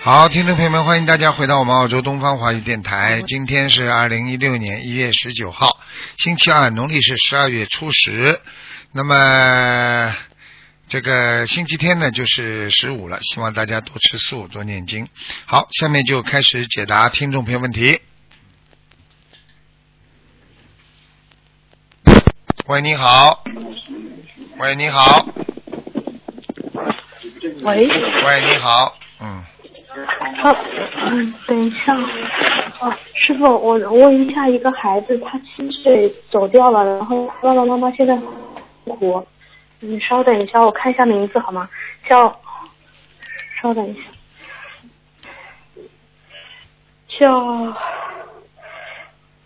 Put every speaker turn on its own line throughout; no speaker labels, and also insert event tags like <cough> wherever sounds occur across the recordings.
好，听众朋友们，欢迎大家回到我们澳洲东方华语电台。今天是二零一六年一月十九号，星期二，农历是十二月初十。那么这个星期天呢，就是十五了，希望大家多吃素，多念经。好，下面就开始解答听众朋友问题。喂，你好。喂，你好。
喂，
喂，你好。嗯，
哦，嗯，等一下，哦，师傅，我问一下一个孩子，他七岁走掉了，然后爸爸妈妈现在很痛苦，你稍等一下，我看一下名字好吗？叫，稍等一下，叫，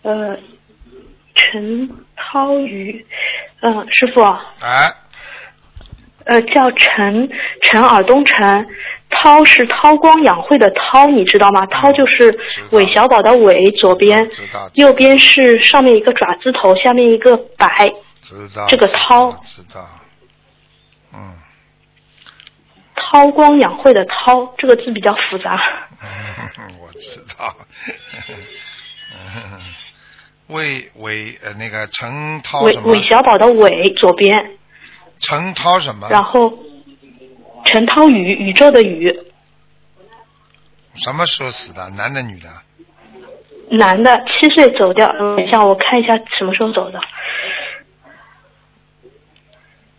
呃，陈涛宇，嗯、师傅，
哎，
呃，叫陈陈尔东陈，涛是韬光养晦的韬，你知道吗？韬
嗯
就是韦小宝的韦，左边，
知道，
右边是上面一个爪字头，下面一个白。
知道
这个涛
知道，嗯 <laughs>
韬光养晦的韬，这个字比较复杂。
嗯，我知道，嗯魏魏呃那个陈涛
韦
哦什么
韦？小宝的韦，左边，
陈涛什么？
然后陈涛宇，宇宙的宇，
什么时候死的？男的女的？
男的，七岁走掉。嗯等一下，我看一下什么时候走的。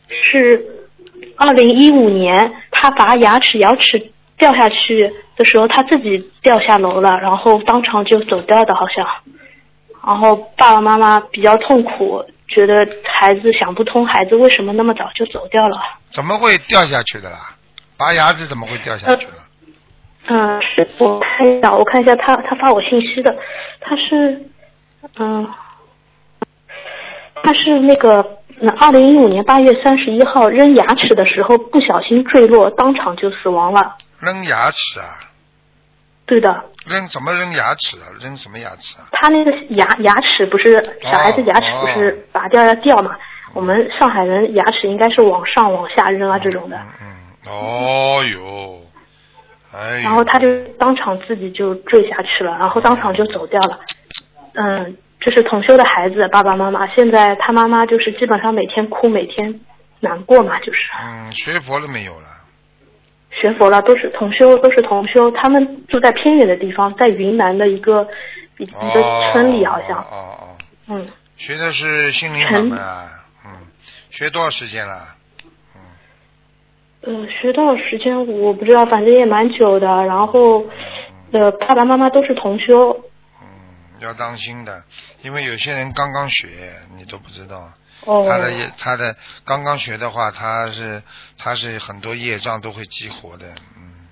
是二零一五年，他拔牙齿，牙齿掉下去的时候，他自己掉下楼了，然后当场就走掉的，好像。然后爸爸妈妈比较痛苦，觉得孩子想不通，孩子为什么那么早就走掉了。
怎么会掉下去的啦？拔牙齿怎么会掉
呃
下去了？
嗯，是我看一下，我看一下他他发我信息的，他是，嗯，他是那个，嗯二零一五年八月三十一号扔牙齿的时候不小心坠落，当场就死亡了。
扔牙齿啊？
对的，
扔怎么扔牙齿啊？扔什么牙齿啊？
他那个牙牙齿不是小孩子牙齿不是拔掉要掉嘛？我们上海人牙齿应该是往上往下扔啊这种的，
嗯嗯，哦哟，哎呦，
然后他就当场自己就坠下去了，然后当场就走掉了。嗯，这是同修的孩子，爸爸妈妈。现在他妈妈就是基本上每天哭，每天难过嘛，就是
嗯，学佛了没有啦？
学佛了，都是同修，都是同修。他们住在偏远的地方，在云南的一个一
哦
一个村里，好像
哦，哦哦，
嗯，
学的是心灵法门啊，嗯，学多少时间了？
呃，学到时间我不知道，反正也蛮久的。然后，呃，爸爸妈妈都是同修，
嗯，要当心的，因为有些人刚刚学，你都不知道，
哦，
他的业，他的刚刚学的话，他是他是很多业障都会激活的，嗯，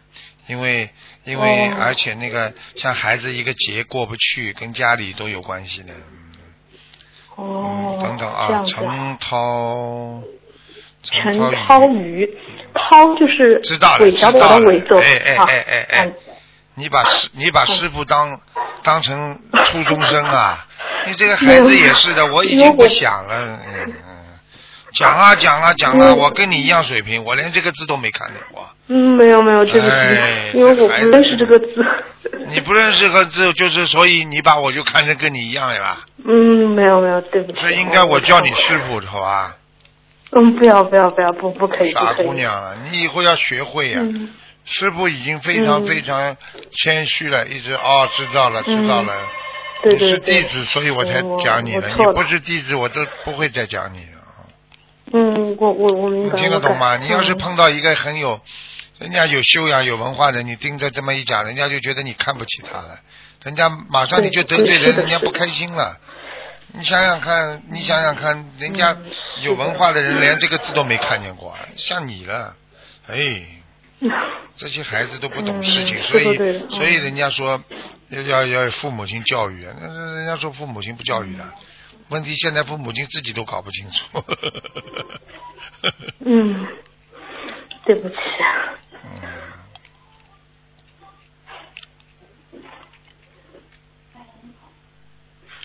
因为因为、
哦
而且那个像孩子一个节过不去，跟家里都有关系的，嗯
哦
嗯，，等等
这
啊，
样子啊
陈涛，
陈
宇
涛宇，涛就是
知道了，
韦
知
小宝
道
的
了
韦走，
哎哎
啊
哎哎哎
嗯，
你把师
啊
你把师傅当当成初中生
<laughs>
啊？你这个孩子也是的，我已经不想了。
<laughs>
嗯嗯，讲啊讲啊讲啊，
嗯
我跟你一样水平，我连这个字都没看到过。
嗯，没有没有，对不
哎
起，因为我不认识这个字。
你不认识个字，就是所以你把我就看成跟你一样呀。
嗯，没有没有，对不起。啊
所以应该我叫你师傅，好吧？
嗯，不要不要不要，不不可以不
傻
可以。
姑娘啊，你以后要学会呀、
嗯
师傅已经非常
嗯
非常谦虚了，一直哦，知道了，知道了。
对对
你是
对
弟。子，所以我才讲你了。
我我
你
错了
不是弟子，我都不会再讲你了。
嗯，我我我明
你
白。
听得
我改
懂吗？你要是
嗯
碰到一个很有，人家有修养、有文化的，你盯着这么一讲，人家就觉得你看不起他了，人家马上你就得罪
对是
人，
的
人家不开心了。你想想看，你想想看，人家
嗯
有文化的人连这个字都没看见过，像你了，哎，这些孩子都不懂事情，
嗯
所以
是的对的
所以人家说要要要有父母亲教育，啊那那人家说父母亲不教育的，问题现在父母亲自己都搞不清楚。 <laughs>
嗯，对不起。啊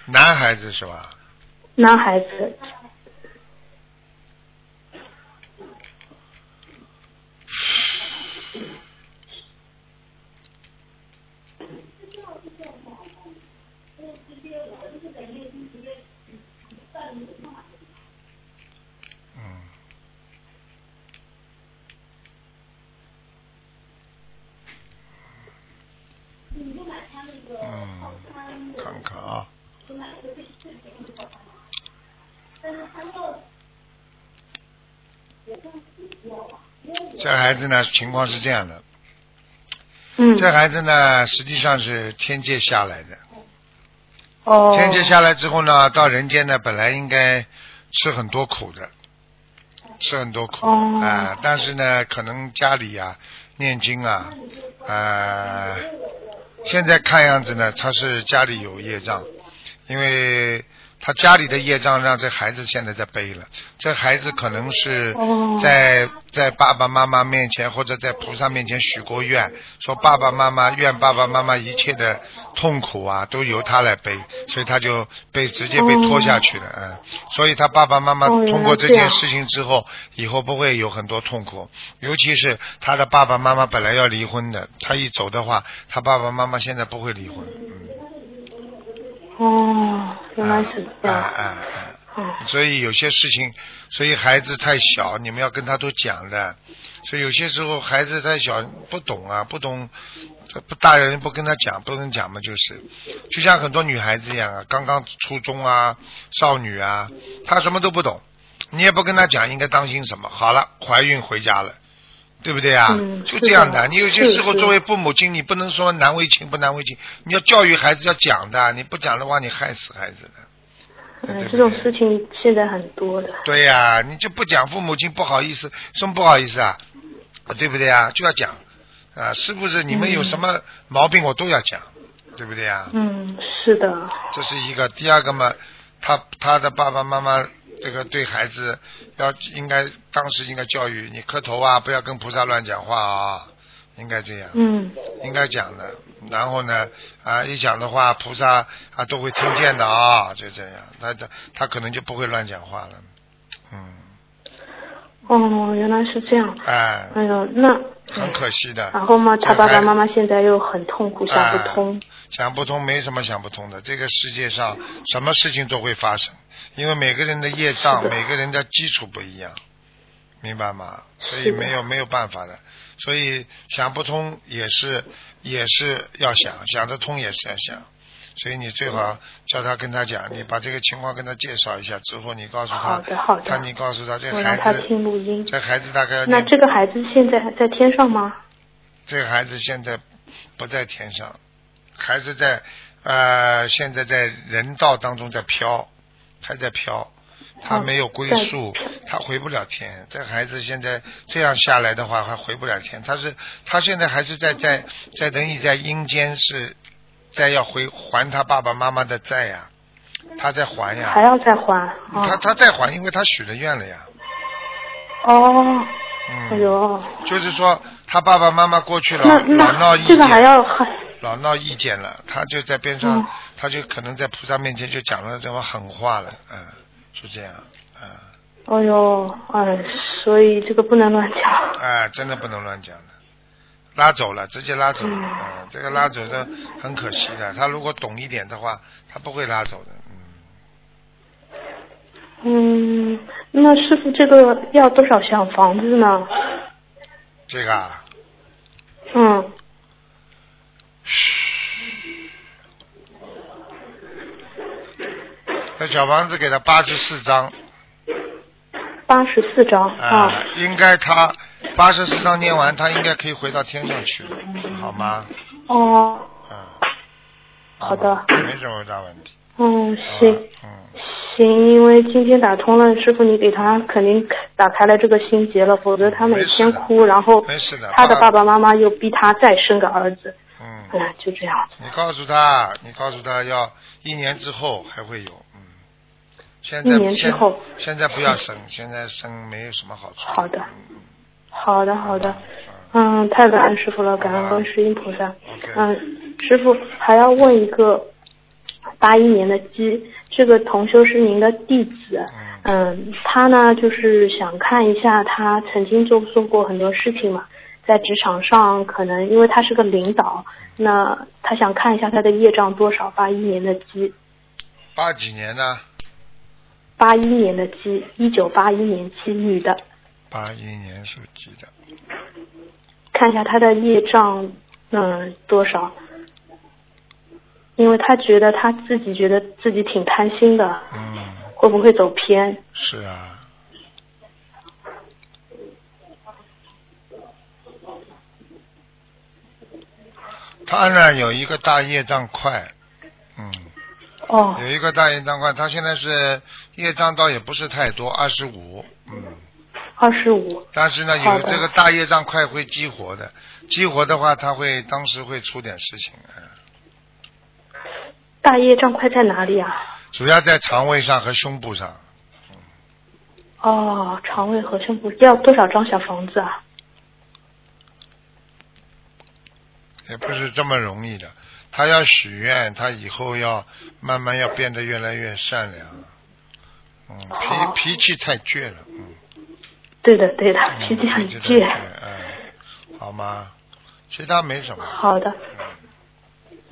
男孩子是吧？
男孩子，
嗯，嗯，看看啊。这孩子呢，情况是这样的，
嗯，
这孩子呢，实际上是天界下来的，
哦，
天界下来之后呢，到人间呢，本来应该吃很多苦的，吃很多苦啊、
哦
但是呢，可能家里啊，念经啊，啊，现在看样子呢，他是家里有业障，因为他家里的业障让这孩子现在在背了，这孩子可能是
哦
在在爸爸妈妈面前或者在菩萨面前许过愿，说爸爸妈妈愿爸爸妈妈一切的痛苦啊都由他来背，所以他就被直接被拖下去了，
哦
嗯，所以他爸爸妈妈
哦原来
通过这
这
件
样
事情之后，以后不会有很多痛苦，尤其是他的爸爸妈妈本来要离婚的，他一走的话，他爸爸妈妈现在不会离婚，嗯，
哦，原来
啊
是这
啊
样，
啊啊！
嗯，
所以有些事情，所以孩子太小，你们要跟他多讲的。所以有些时候孩子太小不懂啊，不懂，不大人不跟他讲，不能讲嘛，就是，就像很多女孩子一样啊，刚刚初中啊，少女啊，她什么都不懂，你也不跟她讲应该当心什么。好了，怀孕回家了。对不对啊？
嗯
就是这样
的
你有些
是
时候
是
作为父母亲，你不能说难为情不难为情，你要教育孩子要讲的，你不讲的话，你害死孩子的。对
嗯，
对
这种事情现在很多的，
对呀、你就不讲父母亲不好意思，什么不好意思啊？啊对不对啊？就要讲啊，是不是？你们有什么毛病我都要讲，对不对啊？
嗯，是的，
这是一个。第二个嘛，他他的爸爸妈妈这个对孩子要应该当时应该教育你磕头啊，不要跟菩萨乱讲话啊，应该这样。
嗯，
应该讲的，然后呢，啊，一讲的话，菩萨啊都会听见的啊，就这样，他他他可能就不会乱讲话了，嗯，
哦，原来是这样，
哎，
哎呦，那，
很可惜的。
然后嘛，他爸
这
爸
孩
妈妈现在又很痛苦，想不通，
想不通，没什么想不通的。这个世界上什么事情都会发生，因为每个人的业障，
是的
每个人的基础不一样，明白吗？所以
是的
没有没有办法的。所以想不通也是也是要想，想得通也是要想。所以你最
嗯
好叫他跟他讲，你把这个情况跟他介绍一下之后，你告诉
好
他
的，好
他
的，
你告诉他这
我让
孩
他
子
听录音。
这孩子大概要
那
念
这个孩子现在还在天上吗？
这个孩子现在不在天上，还是在呃，现在在人道当中在飘，还在飘，他
哦
没有归宿，他回不了天。这孩子现在这样下来的话，还回不了天。他是他现在还是在在在等于在阴间是在要回还他爸爸妈妈的债呀、他在还呀、
还要再还哦
他他在还，因为他许了愿了呀。
哦，哎
嗯，
呦，
就是说他爸爸妈妈过去老
那
老闹
那
意
这个
见。
还要还
老闹意见了，他就在边上，
嗯
他就可能在菩萨面前就讲了这么狠话了，嗯，是这样，嗯，
哎呦，哎，所以这个不能乱讲。
哎，真的不能乱讲的，拉走了，直接拉走了，
嗯
嗯，这个拉走的很可惜的，他如果懂一点的话，他不会拉走的，嗯，
嗯，那师傅这个要多少小房子呢？
这个啊，
嗯，
那小房子给他八十四张，
八十四张
啊、
啊。
应该他八十四张念完，他应该可以回到天上去了，好吗？
哦，
嗯，
好的
没什么大问题，
嗯，
好吧
行。
嗯。
行，因为今天打通了，师傅你给他肯定打开了这个心结了，否则他每天哭，然后
没事的
他的爸爸妈妈又逼他再生个儿子，
嗯，
嗯，就这样。
你告诉他，你告诉他要一年之后还会有，嗯，现在
一年之后
现现在不要生，现在生没有什么好处。
好的好的，好的，
嗯
嗯，太感恩师傅了，感恩观世音菩萨。
，OK，
嗯，师傅还要问一个八一年的鸡，这个同修是您的弟子，啊
嗯
嗯，他呢就是想看一下他曾经做做过很多事情嘛，在职场上可能因为他是个领导，那他想看一下他的业障多少，八一年的鸡，
八几年的？
八一年的鸡，一九八一年鸡女的，
八一年属鸡的，
看一下他的业障嗯多少，因为他觉得他自己觉得自己挺贪心的，
嗯，
会不会走偏？
是啊，他呢有一个大业障块，嗯，
哦
有一个大业障块，他现在是业障倒也不是太多，二十五，嗯，
二十五，
但是呢
好
有
的
这个大业障块会激活的，激活的话他会当时会出点事情，嗯，
大业障快在哪里啊？
主要在肠胃上和胸部上，
哦，肠胃和胸部要多少张小房子啊？
也不是这么容易的。他要许愿，他以后要慢慢要变得越来越善良。嗯，
好
脾脾气太倔了，嗯，
对的，对的， <laughs> 脾气
嗯
很
太
倔。
嗯，好吗？其他没什么，
好的，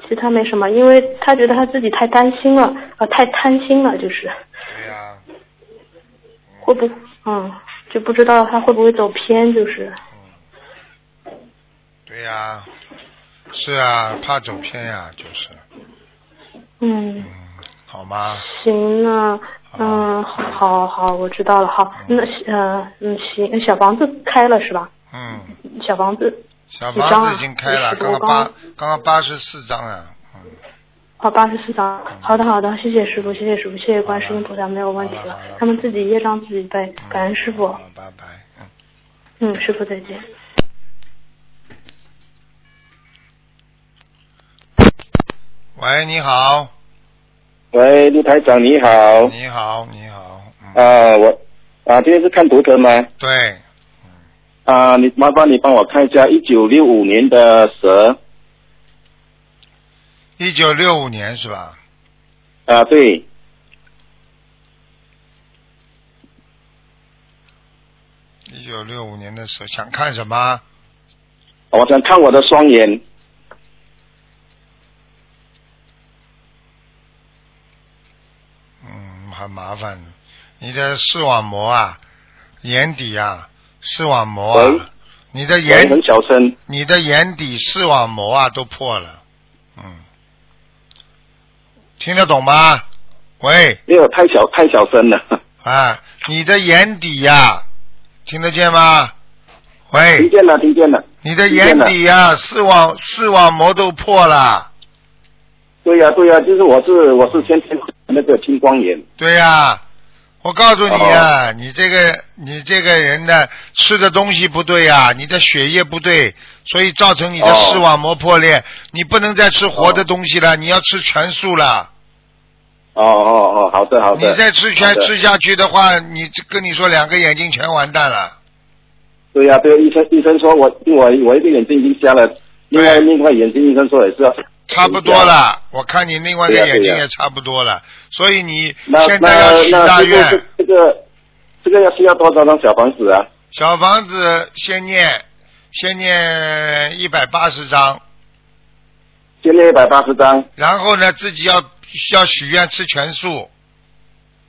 其他没什么，因为他觉得他自己太担心了，呃，太贪心了，就是
对呀、
会不，嗯，就不知道他会不会走偏，就是
对呀、是啊，怕走偏呀、就是，
嗯，
好吗？
行那嗯，好好，我知道了，好，那呃，嗯，行，小房子开了是吧？
嗯，
小房子，
小
几张
房
啊
子已经开了，
十
刚
多
刚八
张，
刚刚八十四张了，嗯，
哦，八十四张，好的好的，谢谢师傅，谢谢师傅，谢谢观世音菩萨，没有问题
好了
了
好了，
他们自己业障自己背，
嗯
感恩师傅，
好拜拜，嗯。
嗯，师傅再见。
喂，你好，
喂，卢台长你好。
你好，你好，嗯，
啊，我啊，今天是看图腾吗？
对，
啊，你麻烦你帮我看一下一九六五年的蛇。
一九六五年是吧？
啊，对，
一九六五年的时候想看什么？
我想看我的双眼。
嗯，很麻烦，你的视网膜啊，眼底啊，视网膜
喂
啊，你的
喂
眼
很，小声。
你的眼底视网膜啊都破了，嗯，听得懂吗？喂，
没有，太小太小声了。
啊，你的眼底呀、听得见吗？喂，
听见了，听见了。
你的眼底呀、视网视网膜都破了，
对呀、对呀、就是我是我是先天那个青光眼。
对呀、我告诉你
哦
啊，你这个你这个人呢，吃的东西不对呀、你的血液不对，所以造成你的
哦
视网膜破裂。你不能再吃活的东西了，你要吃全素了。
哦哦哦，好的好
你
的。
再吃
好
全
的
吃下去的话，你这跟你说两个眼睛全完蛋了。
嗯对呀、对、医生医生说我我我一个眼睛已经瞎了，另外另外眼睛医生说也是啊要。
差不多。了，我看你另外一
啊
个
对呀
眼睛
对呀
也差不多了，所以你
那
现在要
那
许
那
大
这个
愿。
这个这个要需要多少张小房子啊？
小房子先念，先念一百八十章，
现在一百八十张。
然后呢，自己要要许愿吃全素。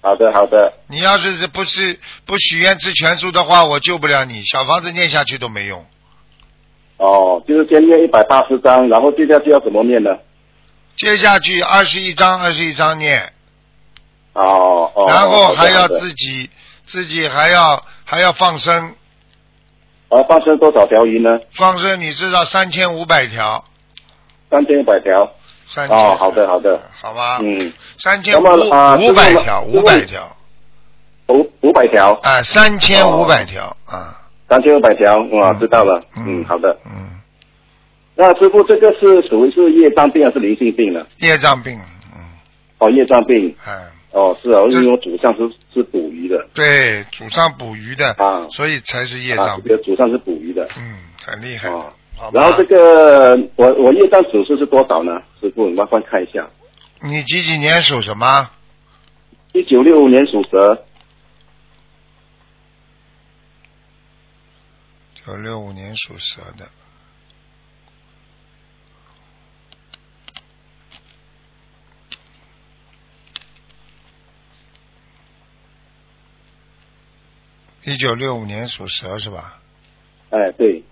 好的，好的，
你要是不是不许愿吃全素的话，我救不了你。小房子念下去都没用，
哦，就是先念一百八十张，然后接下去要怎么念呢？
接下去二十一章，二十一章念，
哦哦。
然后
好的
还要
好的
自己自己还要还要放生，
呃放生多少条鱼呢？
放生你知道三千五百条，
三千一百条。
三千
哦，好的，好的，
好吧，
嗯，
三千五
那么啊
五百
师傅
条，
师傅
五百条，
五五百条，
啊，三千五百
哦
条啊，
三千五百条，哇，
嗯
知道了，
嗯
嗯，好的。
嗯。
那师傅，这个是属于是业障病还是灵性病呢？
业障病，嗯，
哦，业障病，
哎，
哦，是哦，
这
因为我祖上是是捕鱼的
对，祖上捕鱼的，
啊
所以才是业
啊
障，病，
这个祖上是捕鱼的，
嗯，很厉害的，
哦。
好吧
然后这个我我业障指数是多少呢？师傅，你麻烦看一下。
你几几年属什么？
一九六五年属蛇，
九六五年属蛇的，一九六五年属蛇是吧？
哎，对，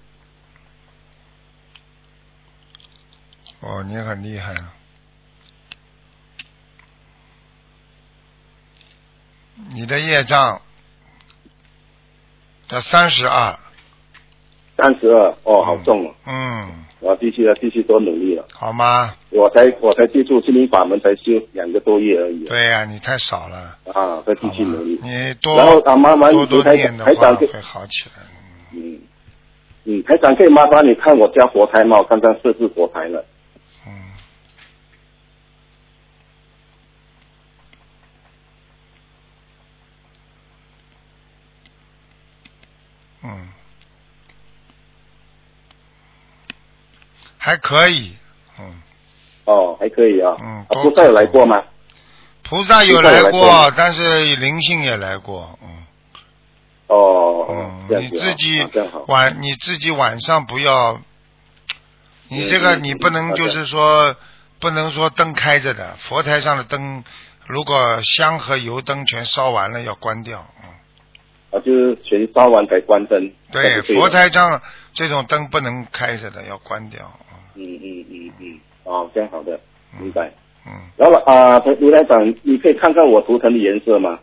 哦，你很厉害啊！你的业障要三十二，
三十二，哦，好重哦，
嗯，
我要必须要继续多努力了。
好吗？
我才我才接触心灵法门才修两个多月而已
对呀、你太少了，
啊，再继
好吧
续努力。
你
然后
多
啊，麻烦
多多
台
念的
台
话
长可以，
会好起来。
嗯嗯，台长可以麻烦你看我家佛台吗？我刚刚设置佛台了。
嗯，嗯，还可以，嗯，
哦，还可以啊。
嗯
啊菩萨有来过吗？
菩萨有
菩萨
来
有来
过，
过
但是灵性也来过，嗯
哦，哦这
嗯，你
样子啊
自己
啊这样好。嗯
晚你自己晚上不要，你这个
嗯嗯
你不能
好的
就是说不能说灯开着的，佛台上的灯如果香和油灯全烧完了要关掉，嗯，
啊，就是全烧完才关灯。这
对，
样就
佛
对了。
台上这种灯不能开着的要关掉，
嗯嗯嗯嗯，哦，这样好的，明
嗯
白。
嗯，
然后啊，台卢台长，你可以看看我图腾的颜色吗？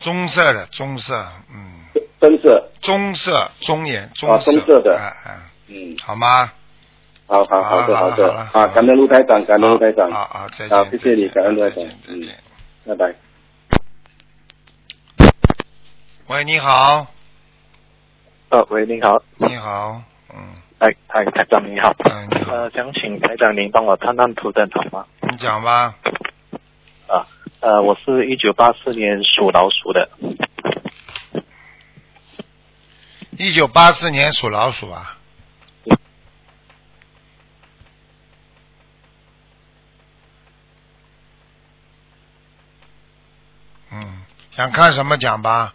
棕色的棕色，嗯，
深色。
棕色棕眼棕
啊
色，
棕色的
哎哎，
嗯，
好吗？
好好好的
好了好
的
了好
啊，
了
感恩卢台长，感恩卢台长，
好好，啊再
好
见，
啊谢谢你
再见
感恩卢台
再
长
见再
嗯
见。
拜拜。
喂，你好，
呃，喂，您好，
你好，嗯
哎，台台长您好，
嗯，你好，
呃，想请台长您帮我看看图腾好吗？
你讲吧，
啊，呃，我是一九八四年属老鼠的，
一九八四年属老鼠啊，嗯，想看什么讲吧，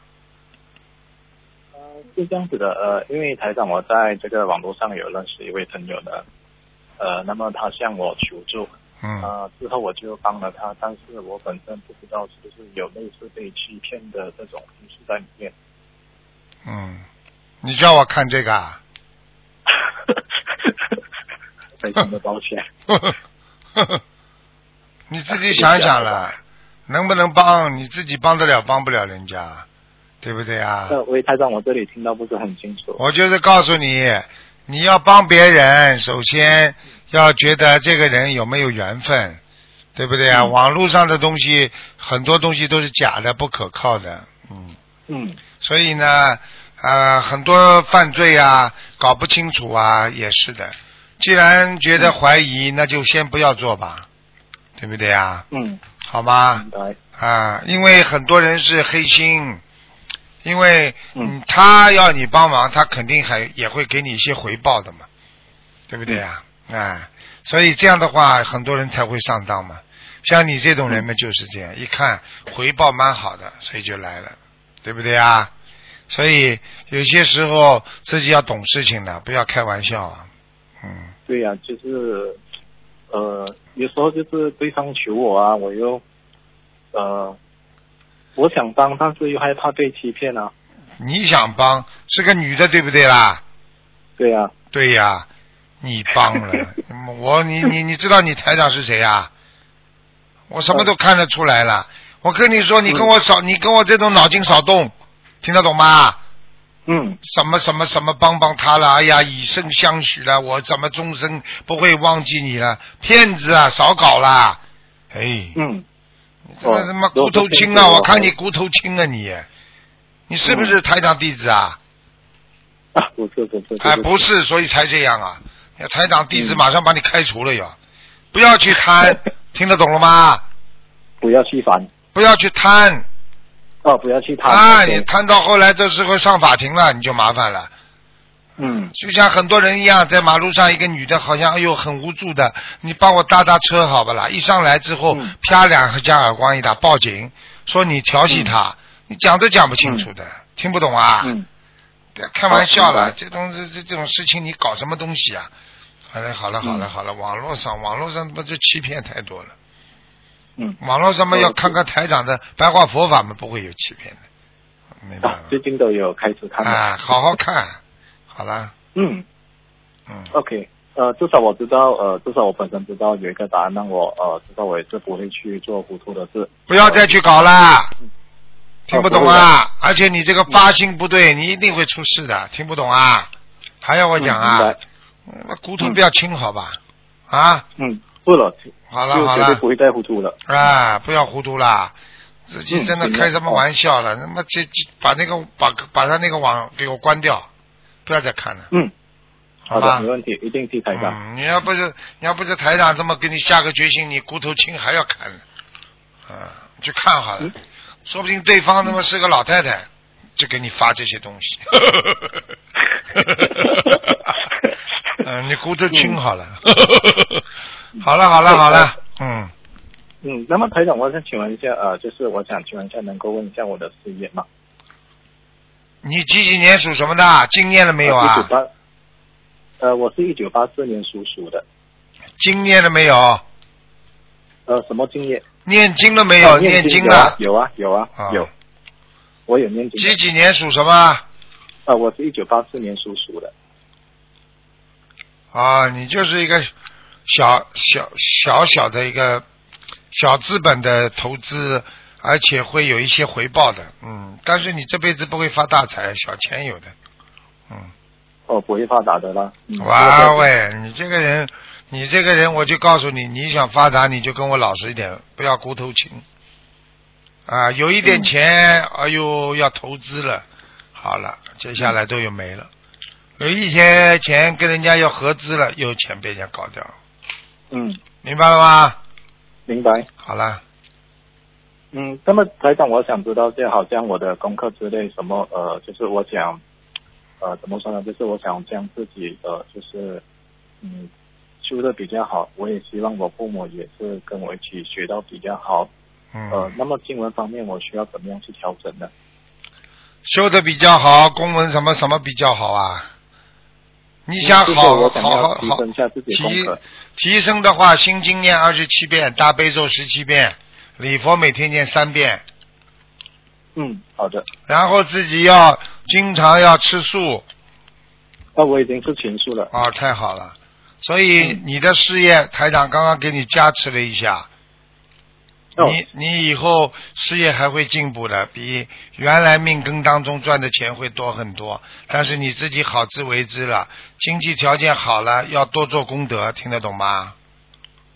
是这样子的，呃，因为台长我在这个网络上有认识一位朋友的，呃，那么他向我求助，
嗯
呃，之后我就帮了他，但是我本身不知道是不是有类似被欺骗的这种因素在里面， <laughs>
嗯，你叫我看这个啊，
非常的抱歉，
呵呵呵呵你自己想想了，能不能帮你自己帮得了，帮不了人家，对不对啊？
呃，喂，台长我这里听到不是很清楚，
我就是告诉你，你要帮别人，首先要觉得这个人有没有缘分，对不对啊？网络上的东西很多东西都是假的，不可靠的，嗯。
嗯。
所以呢，呃，很多犯罪啊，搞不清楚啊，也是的。既然觉得怀疑，那就先不要做吧，对不对啊？
嗯，
好吗？
明白。
啊，因为很多人是黑心，因为
嗯
嗯，他要你帮忙，他肯定还也会给你一些回报的嘛，对不对啊？哎，所以这样的话，很多人才会上当嘛。像你这种人嘛，就是这样，一看回报蛮好的，所以就来了，对不对啊？所以有些时候自己要懂事情的，不要开玩笑啊。嗯，
对呀、就是呃，有时候就是对方求我啊，我又呃，我想帮，但是又害怕被欺骗啊。
你想帮是个女的，对不对啦？
对呀、
对呀，你帮
<laughs>
了嗯我，你你你知道你台长是谁呀、我什么都看得出来了。我跟你说，你跟我少，你跟我这种脑筋少动，听得懂吗？
嗯
什么什么什么帮帮他了，哎呀，以身相许了，我怎么终身不会忘记你了？骗子啊，少搞啦！哎，
嗯，
他妈他妈
如
骨
果
头
不骗
轻
子嗯
啊！
我
我看
还
你骨头轻啊你，你是不是台长弟子啊？
啊，不是不是，
哎，
是
不是，所以才这样啊！要台长弟子
嗯
马上把你开除了哟！不要去贪，
<laughs>
听得懂了吗？
不要去烦
不要去贪
哦，不要去贪。
啊！
对
你贪到后来，这时候上法庭了，你就麻烦了。
嗯
就像很多人一样，在马路上，一个女的好像哎呦很无助的，你帮我搭搭车好不啦？一上来之后
嗯，
啪两下耳光一打，报警说你调戏她，你讲都讲不清楚的，听不懂啊？
嗯，
对开玩笑
好
了，
明白
这种这这这种事情你搞什么东西啊？好了好了好了
嗯
好了，网络上网络上不就欺骗太多了？
嗯，
网络上嘛要
嗯
看看台长的白话佛法嘛，不会有欺骗的，明白
啊
吗，？
最近都有开始看了。
啊，好好看，好了，
嗯
嗯，
，OK，呃，至少我知道，呃，至少我本身知道有一个答案，让我呃知道我也是不会去做糊涂的事。
不要再去搞了，
嗯
听不懂
啊
啊？而且你这个发心不对，你一定会出事的，听不懂啊？还要我讲
嗯
啊
明白？
嗯把骨头不要轻，好吧？啊，
嗯，不了，就
好了好
绝
了
对不。会再糊涂了。
啊，不要糊涂啦！自己真的
嗯
开什么玩笑了？那么这这把那个把把他那个网给我关掉，不要再看了，
嗯，好
吧
的，没？问题，啊一定替台长。
嗯，你要不是你要不是台长这么给你下个决心，你骨头轻还要看呢。啊，去看好了，
嗯
说不定对方他妈是个老太太，就给你发这些东
<laughs>
西。 <laughs> 嗯，你骨头轻好了。 <laughs> 好了好了好了，嗯。
嗯，那么台长，我想请问一下，呃，就是我想请问一下，能够问一下我的事业吗？
你几几年属什么的？经验了没有
一九
啊？
八，呃，我是一九八四年属鼠的，
经验了没有？
呃，什么经验？
念经了没有？
啊念
经
有啊
了。
有啊，有啊，
啊
有。我有念经
几
的。
几年属什么？
呃，我是一九八四年属鼠的。
啊，你就是一个小小小小的一个小资本的投资，而且会有一些回报的。嗯，但是你这辈子不会发大财，小钱有的。嗯。
哦，不会发达的啦。嗯
哇！喂，你这个人，你这个人，我就告诉你，你想发达，你就跟我老实一点，不要骨头轻。啊，有一
嗯
点钱，哎呦，要投资了，好了，接
嗯
下来都有没了。有一些钱跟人家要合资了，又有钱被人家搞掉了，
嗯，
明白了吗？
明白。
好了，
嗯，那么台长，我想知道，就好像我的功课之类，什么呃，就是我想，呃，怎么说呢？就是我想将自己呃，就是嗯，修的比较好。我也希望我父母也是跟我一起学到比较好。呃
嗯，，
那么经文方面，我需要怎么样去调整呢？
修的比较好，公文什么什么比较好啊？你
你
想好
嗯我想
好好
要提
好
升一下自己的功
提
课。
提升的话，心经念二十七遍，大悲咒十七遍，礼佛每天念三遍，
嗯，好的。
然后自己要经常要吃素
那我已经是情书了。
啊，太好了。所以
嗯
你的事业，台长刚刚给你加持了一下，
哦，
你你以后事业还会进步的，比原来命根当中赚的钱会多很多。但是你自己好自为之了，经济条件好了，要多做功德，听得懂吗？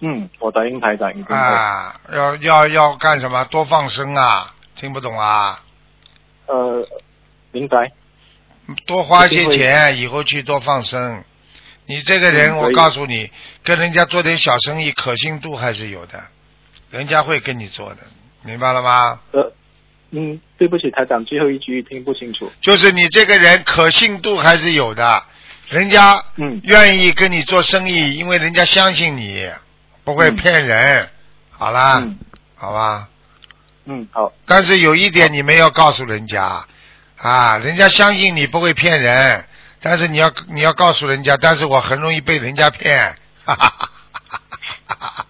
嗯，我答应台长一定会。
啊，要要要干什么？多放生啊！听不懂啊？
呃，明白。
多花一些
一定会
钱，以后去多放生。你这个人，
嗯
我
可以
告诉你，跟人家做点小生意，可信度还是有的，人家会跟你做的，明白了吗？
呃，嗯，对不起，台长，最后一句听不清楚。
就是你这个人可信度还是有的，人家
嗯
愿意跟你做生意，因为人家相信你，不会
嗯
骗人。好啦，
嗯
好吧。
嗯，好，
但是有一点你们要告诉人家，啊，人家相信你不会骗人，但是你要你要告诉人家，但是我很容易被人家骗， <laughs> 哈哈哈哈哈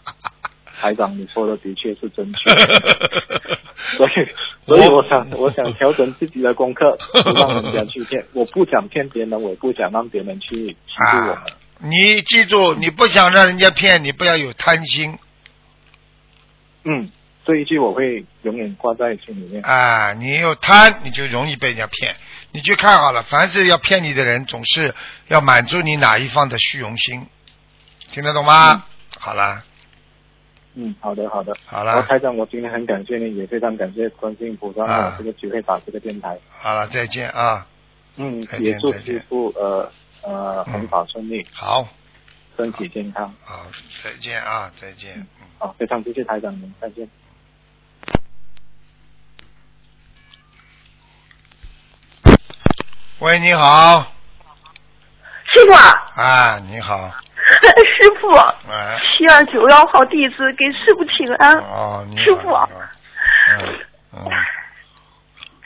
台长，你说的的确是正确。
<laughs> 哈
所以，所以我想，我想调整自己的
<laughs>
功课，不让人家去骗。我不想骗别人，我也不想让别人去欺负我们。
啊！你记住，你不想让人家骗你，不要有贪心
嗯，这一句我会永远挂在心里面。
啊！你有贪，你就容易被人家骗。你去看好了，凡是要骗你的人，总是要满足你哪一方的虚荣心，听得懂吗？
嗯
好了，
嗯，好的，好的。
好
然后
了，
台长，我今天很感谢你，也非常感谢观世音菩萨
啊
让我这个机会打这个电台。
好了，再见啊！
嗯
再，见
也祝
再见
师傅呃呃
嗯
弘法顺利，
好。
身体健康。
好，再见啊，再见。嗯
好，非常谢谢台长您，再见。
喂，你好，
师傅，啊， <laughs>
啊，你好，
师傅，
哎，
七二九幺号弟子
啊
给师傅请安。
哦，你好，
师傅
你好嗯嗯，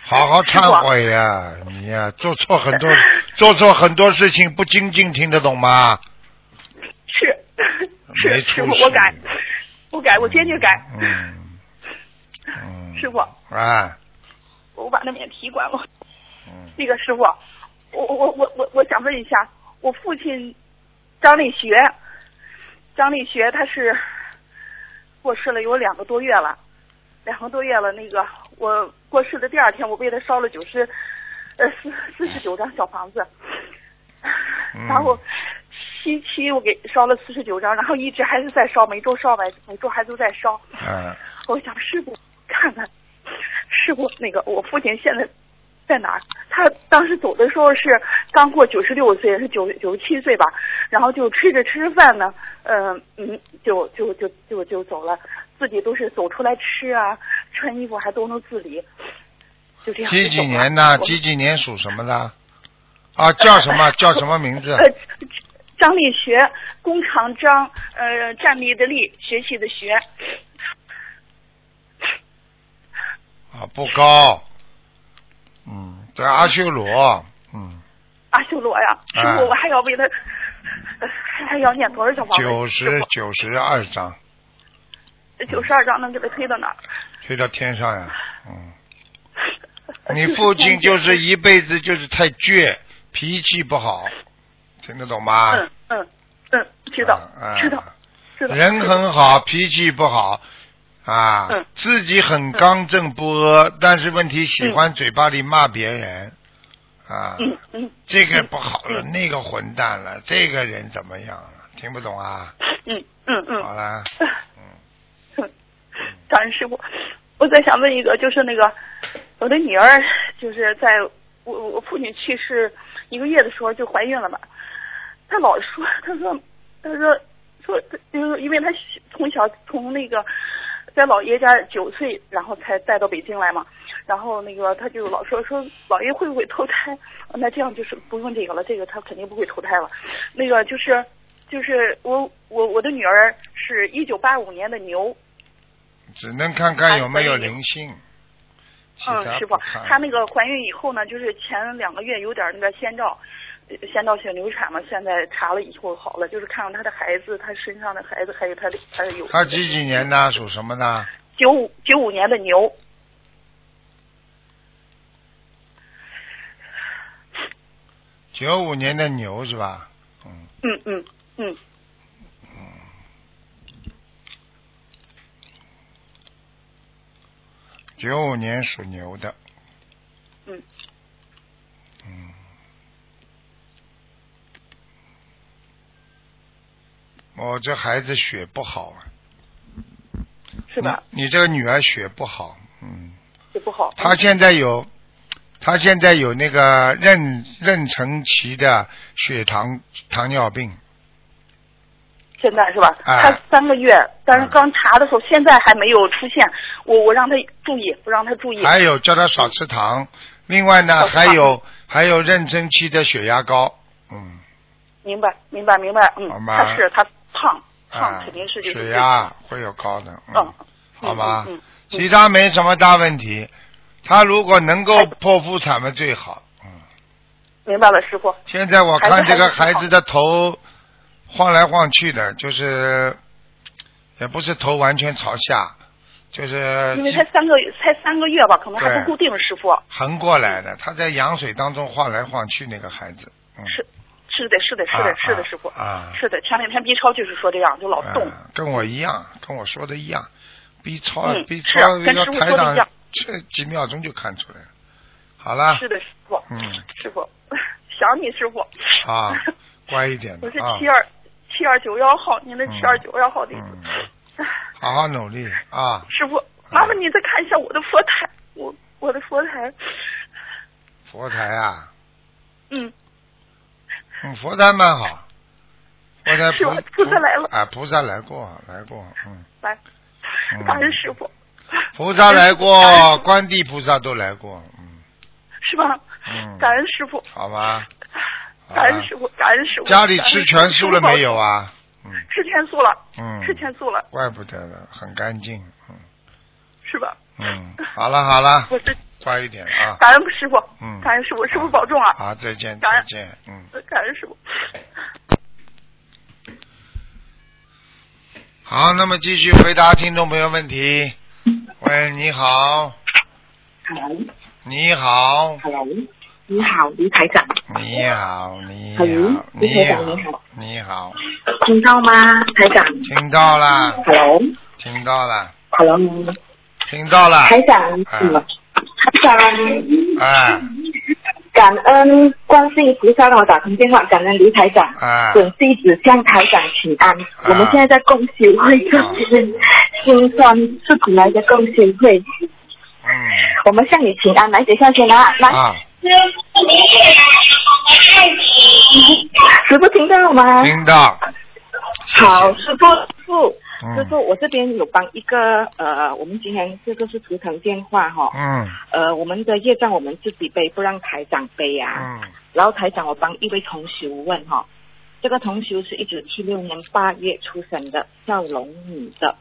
好好
师傅
忏悔呀、你呀、做错很
<laughs>
多，做错很多事情不精进，听得懂吗？
是
没
是
出
<laughs> 师傅，我
息
改，我改，我坚决改。
嗯，嗯
师傅，
啊，
我把那免提关了。
嗯，
那个师傅，我我我我我想问一下，我父亲张立学，张立学他是过世了有两个多月了，两个多月了。那个我过世的第二天，我为他烧了九十呃四四十九张小房子，
嗯
<laughs> 然后七七我给烧了四十九张，然后一直还是在烧，每周烧每每周还都在烧。
啊，
我想师傅看看，师傅那个我父亲现在在哪儿？他当时走的时候是刚过九十六岁，是九九十七岁吧，然后就吃着吃着饭呢，呃嗯，就就就就就走了，自己都是走出来吃啊，穿衣服还都能自理，就这样。
几几年的？
我
几几年属什么的？啊，叫什
<laughs>
么？叫什么名字？
呃，张力学，工长张，呃，站立的立，学习的学，
啊，不高，嗯，在阿修罗，嗯，
阿修罗呀，师
啊
傅，我还要为他，呃还还要念多少小房子？
九十九十二章，
九十二章能给他推到哪儿？
推到天上呀，
<laughs>
嗯，你父亲就是一辈子就是太倔，脾气不好，听得懂吗？
嗯嗯嗯，知道
啊
知道
啊
知道。
人很好，脾气不好啊，
嗯
自己很刚正不阿，但是问题喜欢嘴巴里骂别人啊，
嗯嗯
这个不好了，那个混蛋了，这个人怎么样了？听不懂啊？
嗯嗯
好
嗯，
了，
感恩师傅。我再想问一个，就是那个我的女儿，就是在我我父亲去世一个月的时候就怀孕了嘛，她老说，她说，她说说，就是因为她从小从那个在姥爷家九岁，然后才带到北京来嘛，然后那个她就老说说姥爷会不会投胎？哦那这样就是不用这个了，这个她肯定不会投胎了。那个就是就是我我我的女儿是一九八五年的牛，
只能看看有没有
还可以
灵性，其
嗯，
他
师
不
傅，
看。
她那个怀孕以后呢，就是前两个月有点那个先兆，呃先兆性流产嘛，现在查了以后好了，就是看看她的孩子，她身上的孩子，还有她的她的有。
他几几年的？属什么的？
九五九五年的牛。
九五年的牛是吧？嗯，
嗯嗯嗯，
九五年属牛的。
嗯。
嗯。我、哦这孩子血不好啊，
是吧？
你？你这个女儿血不好，嗯，
这不好。
她现在有，她现在有那个妊妊娠期的血糖糖尿病，
现在是吧？
哎
她三个月，但是
嗯
刚查的时候，现在还没有出现。我我让她注意，我让她注意。
还有叫她少吃糖，另外呢
少吃
还
哦糖
有还有妊娠期的血压高，嗯，
明白明白明白，嗯
好，吗
她是她胖
啊
胖，肯定是就
血
是
压会有高的，嗯
嗯，
好吧
嗯嗯嗯，
其他没什么大问题。他如果能够剖腹产嘛最好。嗯，
明白了，师傅。
现在我看这个孩
孩子还是不好
子的头晃来晃去的，就是也不是头完全朝下，就是
因为才三个月，才三个月吧，可能还
呃对
不固定，师傅。
横过来的。他在羊水当中晃来晃去，那个孩子。嗯，
是是的，是的，是的，
啊
是的，师傅
啊，啊
是的。前两天 B 超就是说这样，就老哦动。
啊跟我一样，跟我说的一样。B 超、
嗯
B
是啊
超，
跟
要
师傅
台
说的
长
一样
这几秒钟就看出来了。好了，
是的，师傅，
啊嗯，
师傅，想你师傅。 <laughs>
啊，乖一点的
我是
啊
七，二七二九幺号，您的
嗯
七二九幺号弟
嗯
子。
好好努力啊！
师傅，麻烦你再看一下我的佛台，我我的佛台，
佛台啊，
嗯，
嗯，佛台蛮好，佛台
是吧
菩
菩萨来了
啊，菩萨来过，来过，嗯，
来
嗯，
感恩师傅，
菩萨来
感恩
过，
师傅
观地菩萨都来过，嗯
是吧？
嗯，
感恩师傅，
好吧，好
<laughs> 感
吧
恩，师傅，感恩师傅。
家里
感恩
吃
师傅
全素了没有？啊？嗯
吃全素了，
嗯，
吃全素了，
怪不得了，很干净，嗯
是吧？
嗯，好了好了，
我是
乖一点啊。
感恩师傅，
嗯
感恩师傅，师傅保重啊！
好，再见，
感
再
恩
见，嗯。
感恩师傅。
好，那么继续回答听众朋友问题。喂，你好，
Hello，
你好，
Hello，你好，李台长，
你好，你好，
Hello，
你
台长
好
你好，
你好，
听到吗？台长
听到啦，
，Hello，Hello，
听到啦，听到啦，
台长，
嗯
台长，
哎
感恩观世音菩萨让我打通电话，感恩卢台长，
哎，
准弟子向台长请安。
啊
我们现在在共修会，就是心酸是苦来的共修会，
嗯，
我们向你请安，来姐向前拿来。
啊，
师傅听到吗？
听到，谢谢
好，师傅，师傅，师
嗯
傅，我这边有帮一个呃，我们今天这个是图腾电话哈、
嗯
呃，我们的业障我们自己背，不让台长背啊。
嗯，
然后台长，我帮一位同学问哈、这个同学是一九七六年八月出生的，叫龙女的。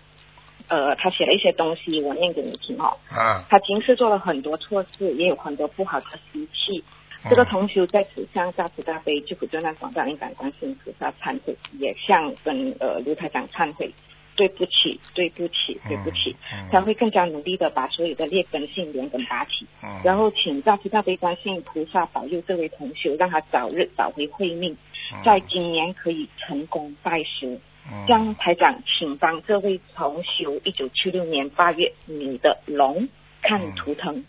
呃，他写了一些东西，我念给你听哦。
啊，
他平时做了很多错事，也有很多不好的习气。
嗯
这个同修在此向大慈大悲救苦救难广大灵感观世音菩萨忏悔，也向跟呃卢台长忏悔，对不起，对不起，对不起。
嗯，
他会更加努力的把所有的劣根性连根拔起，
嗯，
然后请大慈大悲观世音菩萨保佑这位同修，让他早日找回慧命，
嗯
在今年可以成功拜师。
嗯
江台长，请帮这位同修，一九七六年八月女的龙
嗯
看图腾，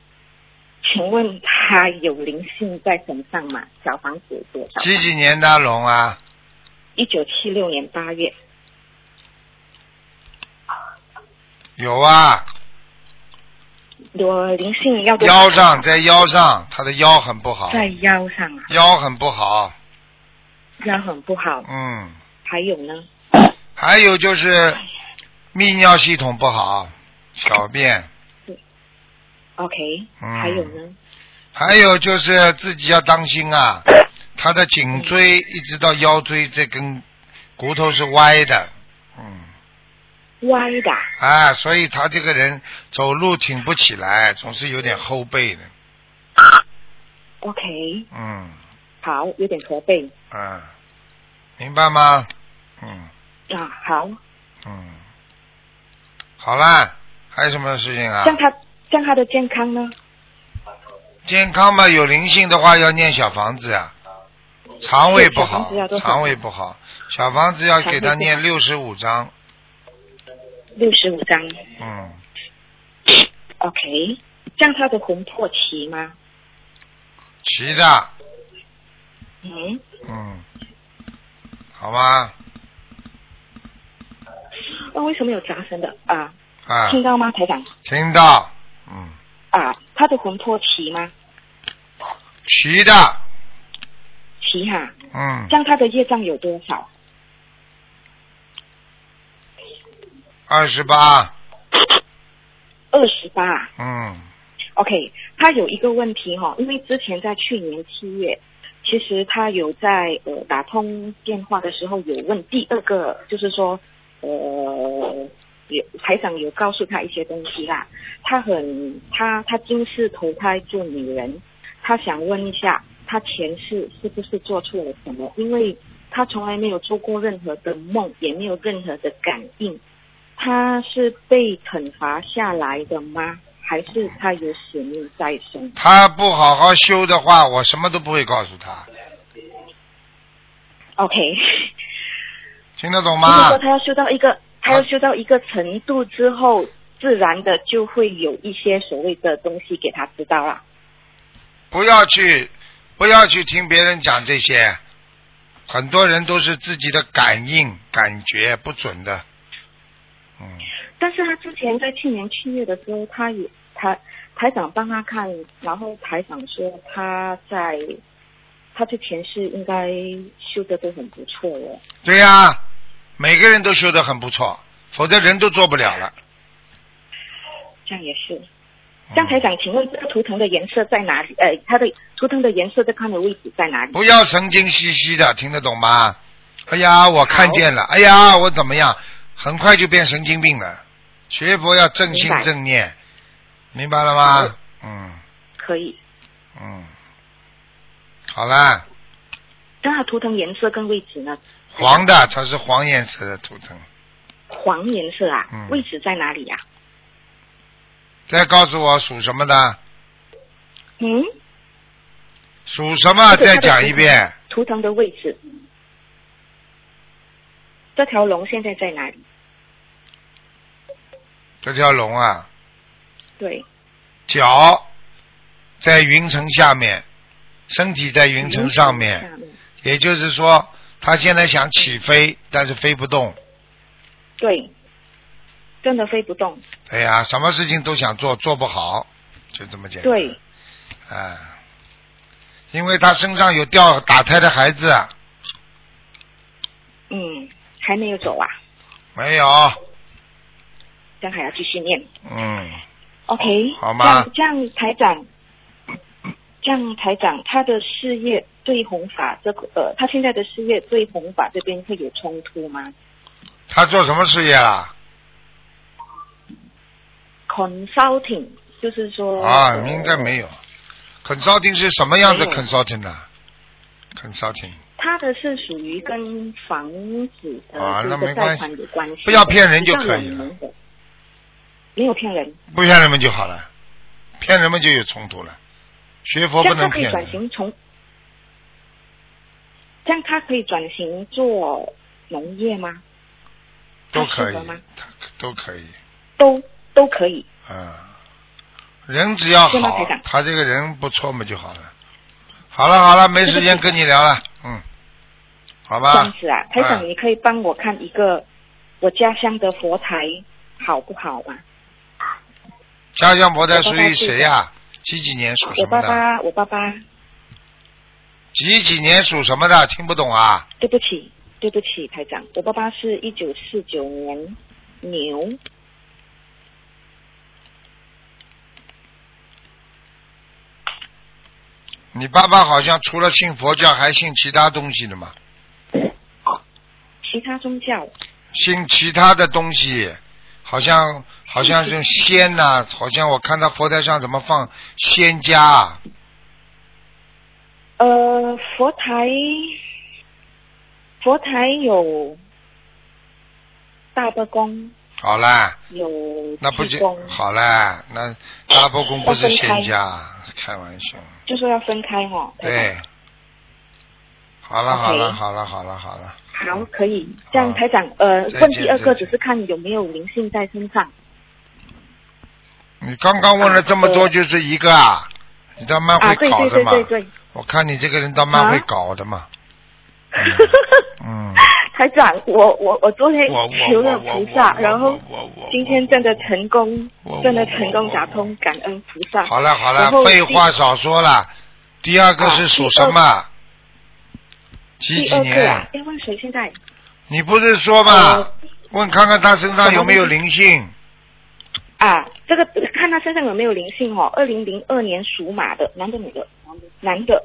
请问他有灵性在身上吗？小房子有多少？
几几年的龙啊？
一九七六年八月
有啊，
有灵性要多少
腰上在腰上，他的腰很不好，
在腰上啊，
腰很不好，
腰很不好。
嗯，
还有呢，
还有就是泌尿系统不好，小便，
OK，、
嗯
还有呢，
还有就是自己要当心啊，他的颈椎一直到腰椎这根骨头是歪的，嗯，
歪的啊，
啊，所以他这个人走路挺不起来，总是有点后背的，
OK，
嗯，
好，有点驼背
啊，明白吗？嗯
啊，好，
嗯，好啦，还有什么事情啊？
像他像他的健康呢？
健康嘛，有灵性的话要念小房子啊，肠胃不好
对小房子要，多少
肠胃不好，小房子要给他念
肠
六十五章，
六十五张
嗯，
，OK，像他的魂魄齐吗？
齐的，
嗯，
嗯，好吗？
那、为什么有杂声的啊？
啊，
听到吗，台长？
听到，嗯，
啊，他的魂魄齐吗？
齐的，
齐哈，
嗯，
像他的业障有多少？
二十八，
二十八
嗯，
，OK，他有一个问题哈、因为之前在去年七月，其实他有在呃打通电话的时候有问第二个，就是说呃有台长有告诉他一些东西啦，他很他他今世投胎做女人，他想问一下他前世是不是做错了什么，因为他从来没有做过任何的梦，也没有任何的感应。他是被惩罚下来的吗？还是他有使命在身？
他不好好修的话，我什么都不会告诉他，
OK，
听得懂
如果
吗
说？他要修到一个，他要修到一个程度之后，自然的就会有一些所谓的东西给他知道啦。
不要去，不要去听别人讲这些，很多人都是自己的感应、感觉不准的，嗯，
但是他之前在去年七月的时候，他也台台长帮他看，然后台长说他在他之前世应该修的都很不错了。
对呀、每个人都修得很不错，否则人都做不了了。
这样也是。江台长，请问这个图腾的颜色在哪里？呃，它的图腾的颜色在看的位置在哪里？
不要神经兮兮的，听得懂吗？哎呀，我看见了，哎呀，我怎么样？很快就变神经病了。学佛要正
明
心
白
正念，明白了吗
好？
嗯，
可以。
嗯，好啦，
那它图腾颜色跟位置呢？
黄的，它是黄颜色的图腾。
黄颜色啊，
嗯
位置在哪里呀、
再告诉我属什么的，
嗯，
属什么？再
这个它的
讲一
图腾
遍。
图腾的位置。这条龙现在在哪里？
这条龙啊，
对，
脚在云层下面，身体在云层上面。
下面。
也就是说，他现在想起飞，但是飞不动。
对，真的飞不动。
哎呀，什么事情都想做，做不好，就这么简单。
对，
啊，因为他身上有掉打胎的孩子，啊
嗯，还没有走啊，
没有？
这样还要继续念。
嗯，
OK，
好吗
这样这样台长，这样台长，他的事业对弘法这个呃，他现在的事业对弘法这边会有冲突吗
他做什么事业啦？
？Consulting 就是说
啊，
呃
应该没有。consulting 是什么样的
没有
consulting 呢、c o n s u l t i n g
他的是属于跟房子的
啊
这
那没
个
关
贷
系
款有关系的，
不要骗人就可以了
比较冷门的。没有骗人，
不骗人们就好了，骗人们就有冲突了。学佛
这
不
样他
能
可以
骗
转
人。
型从，这样他可以转型做农业吗？
都可以
适合吗，
他都可以。
都都可以。
嗯，人只要
对吗
好
台长，
他这个人不错嘛就好了。好了好了，没时间跟你聊了，嗯，好
这样
吧，
子啊，台
啊
长，你可以帮我看一个我家乡的佛台好不好啊吗？
家乡佛台属
我爸
于
爸是
谁呀、几几年属
我
什么
爸
的？
爸，我爸爸，
几几年属什么的？听不懂啊？
对不起，对不起，台长，我爸爸是一九四九年牛，
你爸爸好像除了信佛教，还信其他东西的嘛？
其他宗教
信其他的东西，好像好像
嗯
是仙呐、好像我看他佛台上怎么放仙家啊，
呃，佛台，佛台有大伯公，
好啦。
有
那不就
济公，
好了？那大伯公不是
要分开
仙家，啊
哦
开玩笑。
就说要分开哦。台
对，好了好了
OK
好了好了好了，
长，好，可以。这样，
好
台长，呃
嗯再，见
问第二
再
个
见
只是看有没有灵性在身上。
你刚刚问了这么多，就是一个啊，你倒蛮
啊，
会
对
搞
对
的
对
嘛。
对对。
我看你这个人倒蛮会
啊
搞的嘛。嗯，
台长，我我我昨天
我我
求
我
了
我
菩
我
萨，
我
然后
我我我
今天真的成功
我我，
真的成功
我
打
我
通，感恩菩萨。
好了好
然
了，
后
废
第
话少说了。第二个
啊
是属
第
什
二个
么？几
第
几
二个
年
啊？，要问谁现在？
你不是说嘛
呃？
问看看他身上有没有
什么
灵性？
啊，这个看他身上有没有灵性哦。二零零二年属马的，男的女的？男的。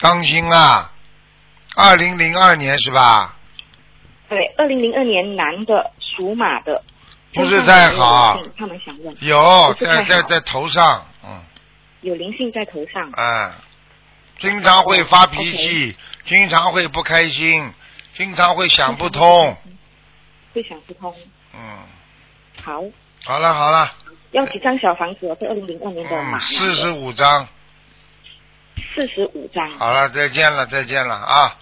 当心啊！二零零二年是吧？
对，二零零二年男的，属马的。
不是太好
身上有没有灵性他们想问，
有，
不是
在
太
在
好
在头上，嗯，
有灵性在头上。
哎、经常会发脾气，经常会不开心，经常会想不通，，
会想不通。
嗯，
好，
好了好了，
要几张小房子哦？这二零零二年的马
嗯，。四十五章，
四十五张。
好了，再见了再见了啊，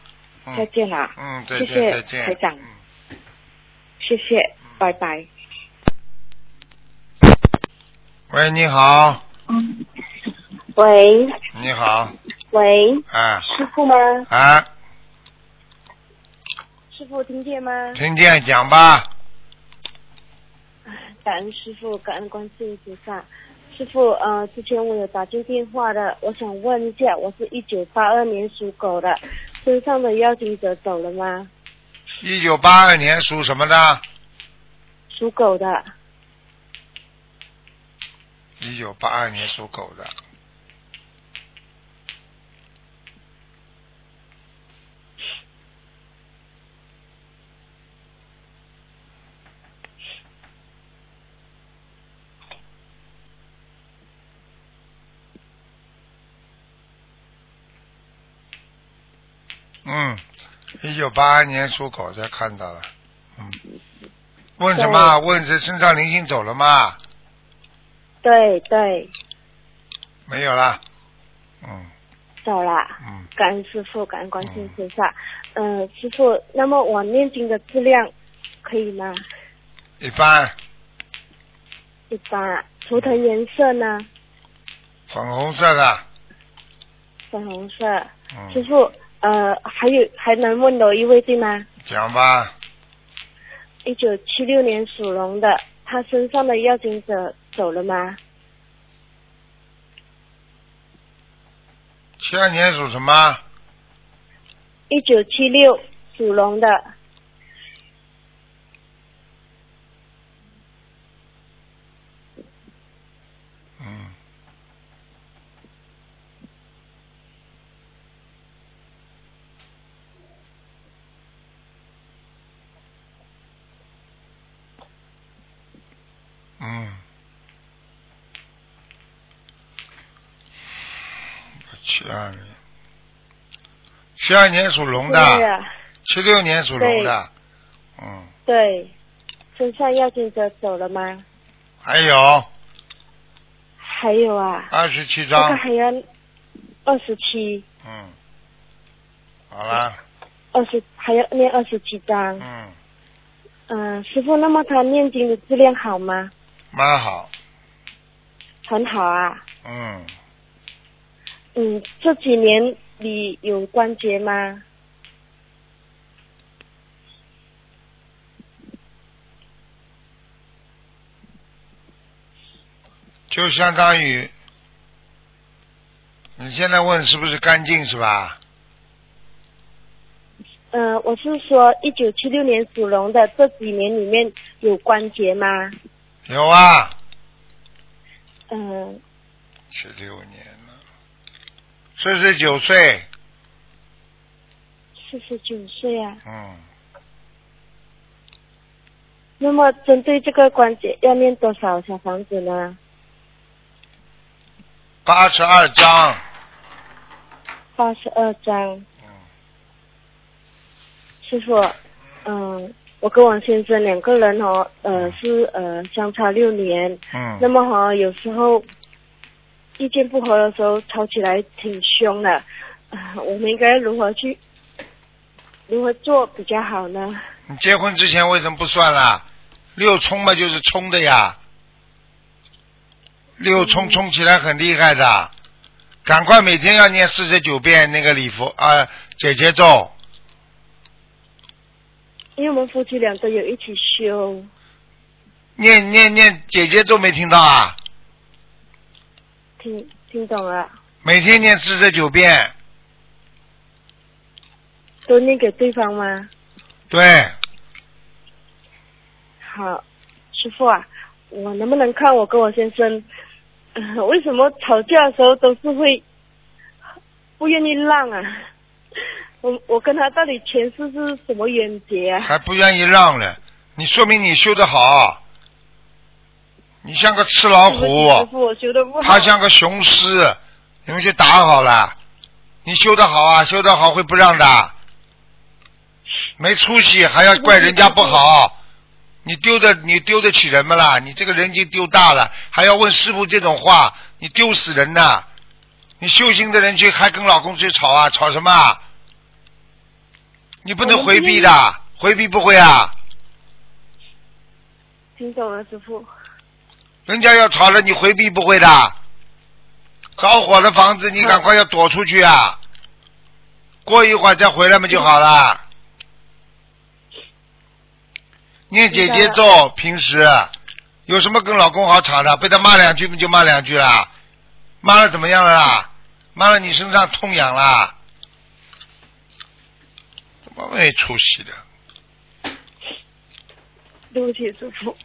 再
嗯
见啦，
嗯，再
谢谢
见再见，
台长
嗯
谢谢，拜拜。
喂，你好，
喂
你好，
喂，
哎
师傅吗？
哎，
师傅听见吗？
听见讲吧，
感恩师傅，感恩观世音菩萨。师傅，呃，之前我有打进电话的，我想问一下，我是一九八二年属狗的，身上的邀请者走了吗？
一九八二年属什么的？
属狗的，
一九八二年属狗的。嗯，一九八二年属狗的看到了，嗯，问什么？问这身上灵性走了吗？
对对，
没有啦，嗯
走了。
嗯，
感恩师傅，感恩观世音菩萨。嗯、
呃
师傅，那么我念经的质量可以吗？
一般，
一般啊。图腾颜色呢？
粉红色的，
粉红色。师
嗯，
傅，呃，还有还能问我一位对吗？
讲吧，
一九七六年属龙的，他身上的要经者走了吗？
七二年属什么？
一九七六属龙的，
嗯，嗯，七二年，七二年属龙
对
的，
啊，
七六年属龙的，嗯，
对，身上要经者走了吗？
还有
还有啊，
二十七
这个
张，
还要二十七，
嗯，好了，
二十还要念二十七章。
嗯，
嗯，师傅，那么他念经的质量好吗？
蛮好，
很好啊。
嗯。
嗯，这几年你有关节吗？
就相当于你现在问是不是干净是吧？
嗯，我是说，一九七六年属龙的这几年里面有关节吗？
有啊，
嗯，
十六年了，四十九岁，
四十九岁啊。
嗯，
那么针对这个关节，要念多少小房子呢？
八十二张，
八十二张。
嗯，
师傅，嗯，我跟王先生两个人哦，呃，是呃相差六年。那
嗯，
么哈、有时候意见不合的时候吵起来挺凶的，啊我们应该如何去如何做比较好呢？
你结婚之前为什么不算啦？六冲嘛就是冲的呀，六冲冲起来很厉害的，赶快每天要念四十九遍那个礼佛啊、姐姐咒，
因为我们夫妻俩都有一起修，
念念念姐姐咒没听到啊？
听听懂了，
每天念四十九遍，
都念给对方吗？
对，
好，师傅啊，我能不能看我跟我先生、 <laughs> 呃为什么吵架的时候都是会不愿意让啊？ <laughs> 我我跟他到底前世是什么冤结啊？
还不愿意让了，你说明你修得好，你像个吃老
对不起师
虎，啊
傅，我修的不好。
他像个雄狮，你们去打好了，你修得好啊，修得好会不让的，没出息还要怪人家不好，你丢的你丢得起人们啦？你这个人已经丢大了，还要问师傅这种话，你丢死人呐！你修行的人去还跟老公去吵啊，吵什么啊？你不能回避的，回避不会啊。
听懂了，师傅。
人家要吵了，你回避不会的。着火的房子，你赶快要躲出去啊！过一会儿再回来嘛就好了。念姐姐咒，平时啊有什么跟老公好吵的，被他骂两句不就骂两句啦？骂了怎么样了啦？骂了你身上痛痒啦？怎么没出息的？
对不起，师傅。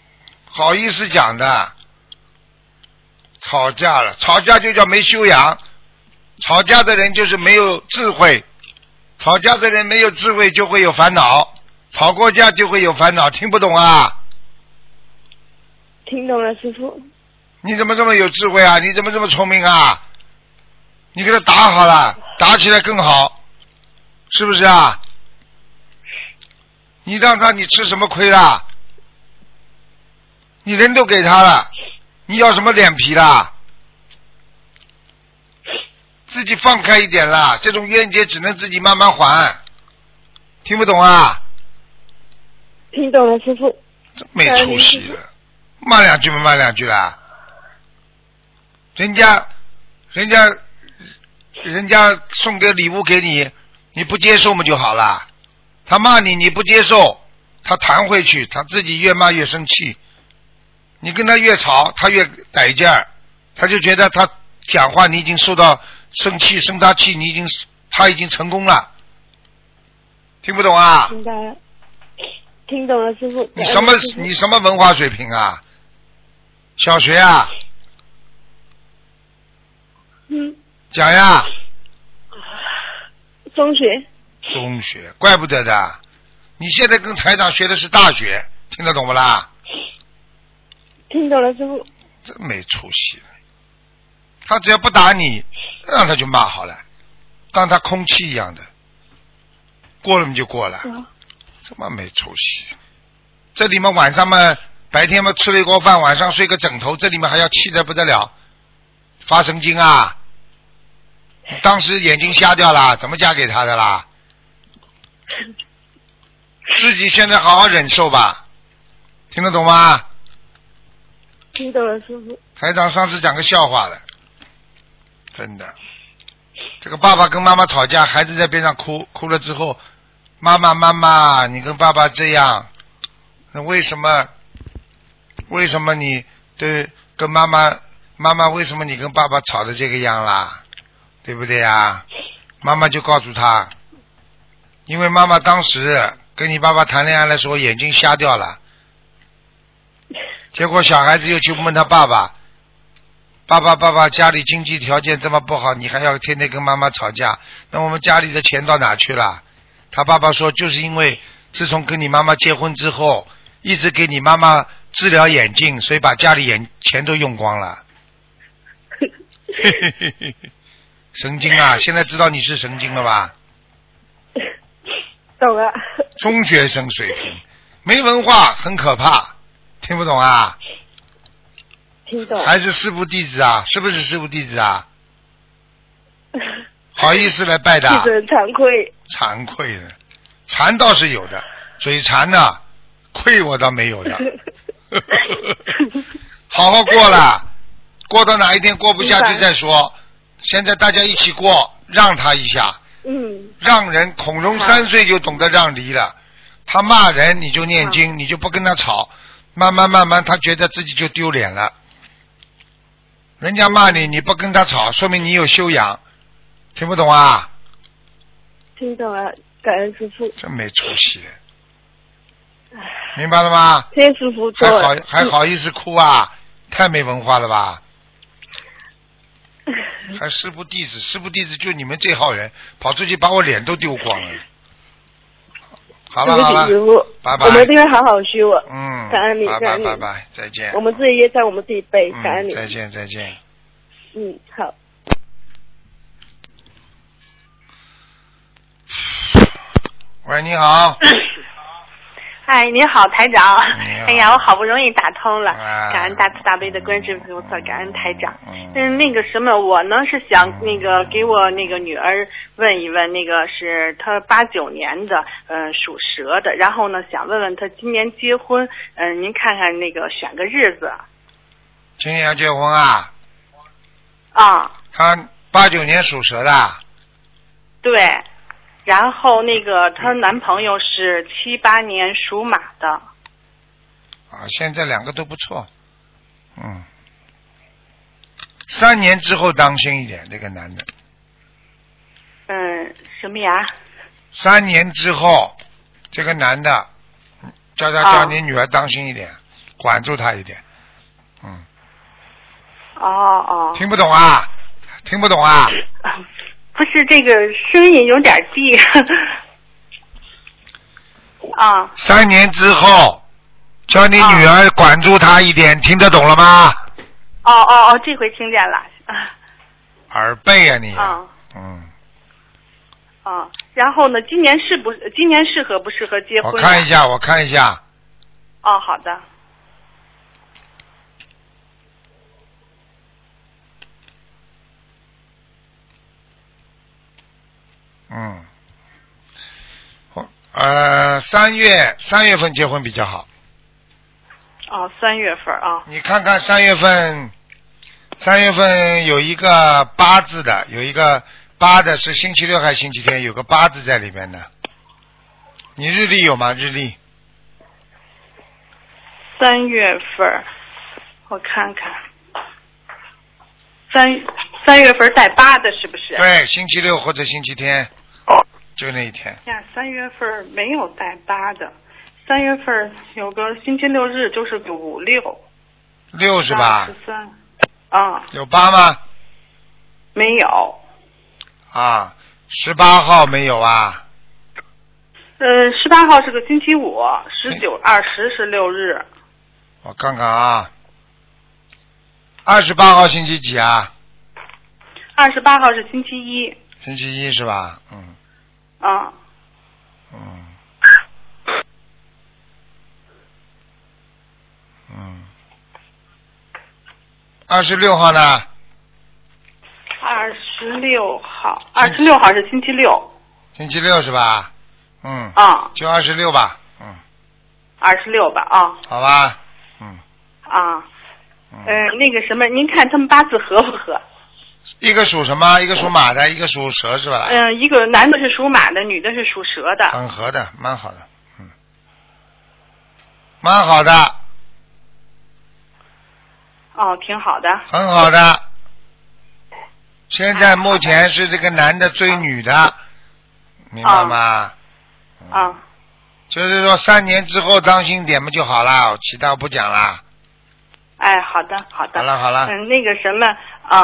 好意思讲的，吵架了，吵架就叫没修养，吵架的人就是没有智慧，吵架的人没有智慧就会有烦恼，吵过架就会有烦恼，听不懂啊？
听懂了，师傅。
你怎么这么有智慧啊？你怎么这么聪明啊？你给他打好了，打起来更好。是不是啊？你让他你吃什么亏啦？你人都给他了，你要什么脸皮啦？自己放开一点啦，这种冤结只能自己慢慢还。听不懂啊？
听懂了，师傅。
真没出息了，骂两句不骂两句啦？人家，人家，人家送个礼物给你，你不接受嘛就好啦。他骂你，你不接受，他弹回去，他自己越骂越生气。你跟他越吵，他越逮劲儿，他就觉得他讲话你已经受到生气、生他气，你已经他已经成功了。听不懂啊？
明白了，听懂了，师傅。
你什么
呃
感恩师父
你什么文化水平啊？小学啊？
嗯，
讲呀，
中学
中学，怪不得的。你现在跟台长学的是大学，听得懂不啦？
听懂了，师傅。
真没出息。他只要不打你，让他就骂好了，当他空气一样的，过了嘛就过了，这么没出息。这里面晚上嘛，白天嘛吃了一锅饭，晚上睡个枕头，这里面还要气得不得了，发神经啊！你当时眼睛瞎掉了，怎么嫁给他的啦？自己现在好好忍受吧，听得懂吗？
听懂了，师傅。
台长上次讲个笑话了，真的，这个爸爸跟妈妈吵架，孩子在边上哭，哭了之后，妈妈妈妈，你跟爸爸这样，那为什么？为什么你对跟妈妈妈妈为什么你跟爸爸吵的这个样啦？对不对呀、妈妈就告诉他，因为妈妈当时跟你爸爸谈恋爱的时候眼睛瞎掉了，结果小孩子又去问他爸爸：“爸爸，爸爸，家里经济条件这么不好，你还要天天跟妈妈吵架，那我们家里的钱到哪去了？”他爸爸说：“就是因为自从跟你妈妈结婚之后，一直给你妈妈治疗眼睛，所以把家里眼钱都用光
<laughs>
了。”嘿嘿嘿嘿嘿，神经啊！现在知道你是神经了吧？
懂了，
中学生水平，没文化很可怕，听不懂啊？
听懂。
还是师傅弟子啊？是不是师傅弟
<laughs>
子啊？好意思来拜的啊，
弟子很惭愧。
惭愧了。馋倒是有的，嘴馋呐、愧我倒没有
<laughs>
的。好好过了，过到哪一天过不下去
明白
再说。现在大家一起过，让他一下，
嗯，
让人孔融三岁就懂得让梨了。他骂人你就念经，你就不跟他吵，慢慢慢慢他觉得自己就丢脸了。人家骂你，你不跟他吵，说明你有修养。听不懂啊？
听懂了，感恩师傅。
真没出息，明白了吗？
谢谢师傅
还
多了。
好还好意思哭啊？太没文化了
<laughs>
吧？还师傅弟子，师傅弟子就你们这号人，跑出去把我脸都丢光了。好
对
了
不
好
起，师
了，
傅，
拜拜
我们一定会好好修啊。
嗯，
感恩你
拜
感
拜
恩你
拜拜，再见。
我们自己业障我们自己背，感恩
哎嗯，
你。
再见再见。
嗯，好。
喂，你好，
<coughs> 哎，您好，台长。
你好
哎呀，我好不容易打通了，
哎
感恩大慈大悲的观世音菩萨，感恩台长。
嗯
嗯，那个什么，我呢是想那个给我那个女儿问一问，那个是她八九年的，呃，属蛇的，然后呢想问问她今年结婚，嗯、您看看那个选个日子
今年要结婚啊？
啊，
他八九年属蛇的，
对，然后那个她男朋友是七八年属马的，
啊，现在两个都不错，嗯，三年之后当心一点，这个男的，
嗯，什么呀？
三年之后，这个男的，嗯叫他叫
啊
你女儿当心一点，管住他一点，嗯，
哦哦。
听不懂啊，听不懂啊，
啊，不是这个声音有点低。 <laughs> 啊，
三年之后，叫你女儿管住他一点，听得懂了吗？
哦哦哦，这回听见了。啊
耳背啊你，
啊
嗯，
啊，然后呢，今年适不今年适合不啊适合结婚
我
呀？
看一下，我看一下，
哦，好的。
嗯，我呃三月三月份结婚比较好，
哦，三月份啊，
你看看三月份，三月份有一个八字的，有一个八的是星期六还是星期天？有个八字在里面的。你日历有吗？日历
三月份儿，我看看，三三月份儿带八的是不是？哎
对，星期六或者星期天，就那一天。
呀，三月份儿没有带八的，三月份儿有个星期六日就是个五六，
六是吧
十？三，啊，
有八吗？
没有，
啊，十八号没有啊？
呃，十八号是个星期五，十九、二十是六日，
我看看啊，二十八号星期几啊？
二十八号是星期一，
星期一是吧？嗯
啊，
嗯嗯。二十六号呢？
二十六号，二十六号是星期六，
星期六是吧？嗯，
啊，
就二十六吧。嗯，
二十六吧，啊
好吧。
啊，
嗯，
呃，那个什么，您看他们八字合不合？
一个属什么？一个属马的，一个属蛇是吧？
嗯、一个男的是属马的，女的是属蛇的，
很合的，蛮好的，嗯，蛮好的，
哦，挺好的，
很好的。现在目前是这个男的追女的，明白吗？嗯
啊。
就是说三年之后当心点嘛就好了，其他我不讲了。
哎，好的，好的。
好了好了
嗯，那个什么啊，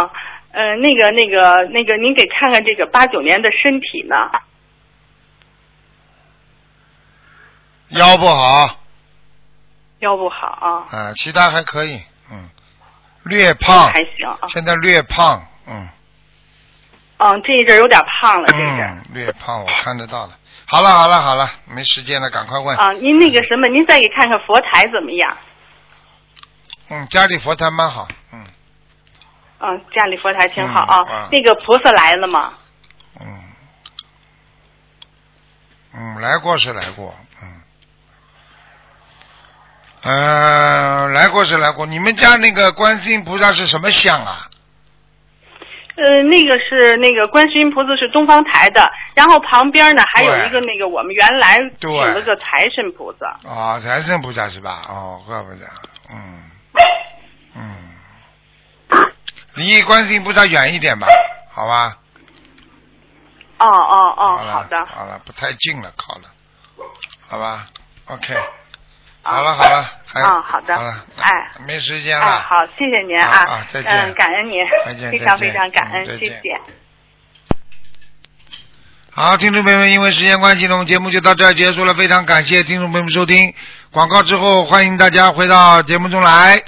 呃，那个那个那个，您给看看这个八九年的身体呢？
腰不好，
腰不好啊，
啊，其他还可以，嗯，略胖，
还行啊。
现在略胖，嗯
嗯，这一阵儿有点胖了，这一阵儿。
嗯，略胖我看得到了。好了好了好了，没时间了，赶快问。
啊，您那个什么，您再给看看佛台怎么样？
嗯，家里佛台蛮好，嗯。
嗯，家里佛台挺好
嗯啊
啊。那个菩萨来了吗？
嗯，嗯，来过是来过，嗯，呃，来过是来过。你们家那个观世音菩萨是什么像啊？
呃，那个是那个观世音菩萨是东方台的，然后旁边呢还有
对
一个那个我们原来
对
请了个财神菩萨。
啊、财神菩萨是吧？哦，怪不得，嗯，嗯，离观世音菩萨远一点吧，好吧？
哦哦哦，
好了，
好的，
好了，不太近了，靠了，好吧？OK，好了好了，还
啊好的
好了，
哎。
没时间了。
啊，好，谢谢您
啊啊再见
嗯，感恩您
再见，
非常
再见
非常感恩
嗯再，
谢
见
谢。
好，听众朋友们，因为时间关系呢，我们节目就到这儿结束了。非常感谢听众朋友们收听广告之后，欢迎大家回到节目中来。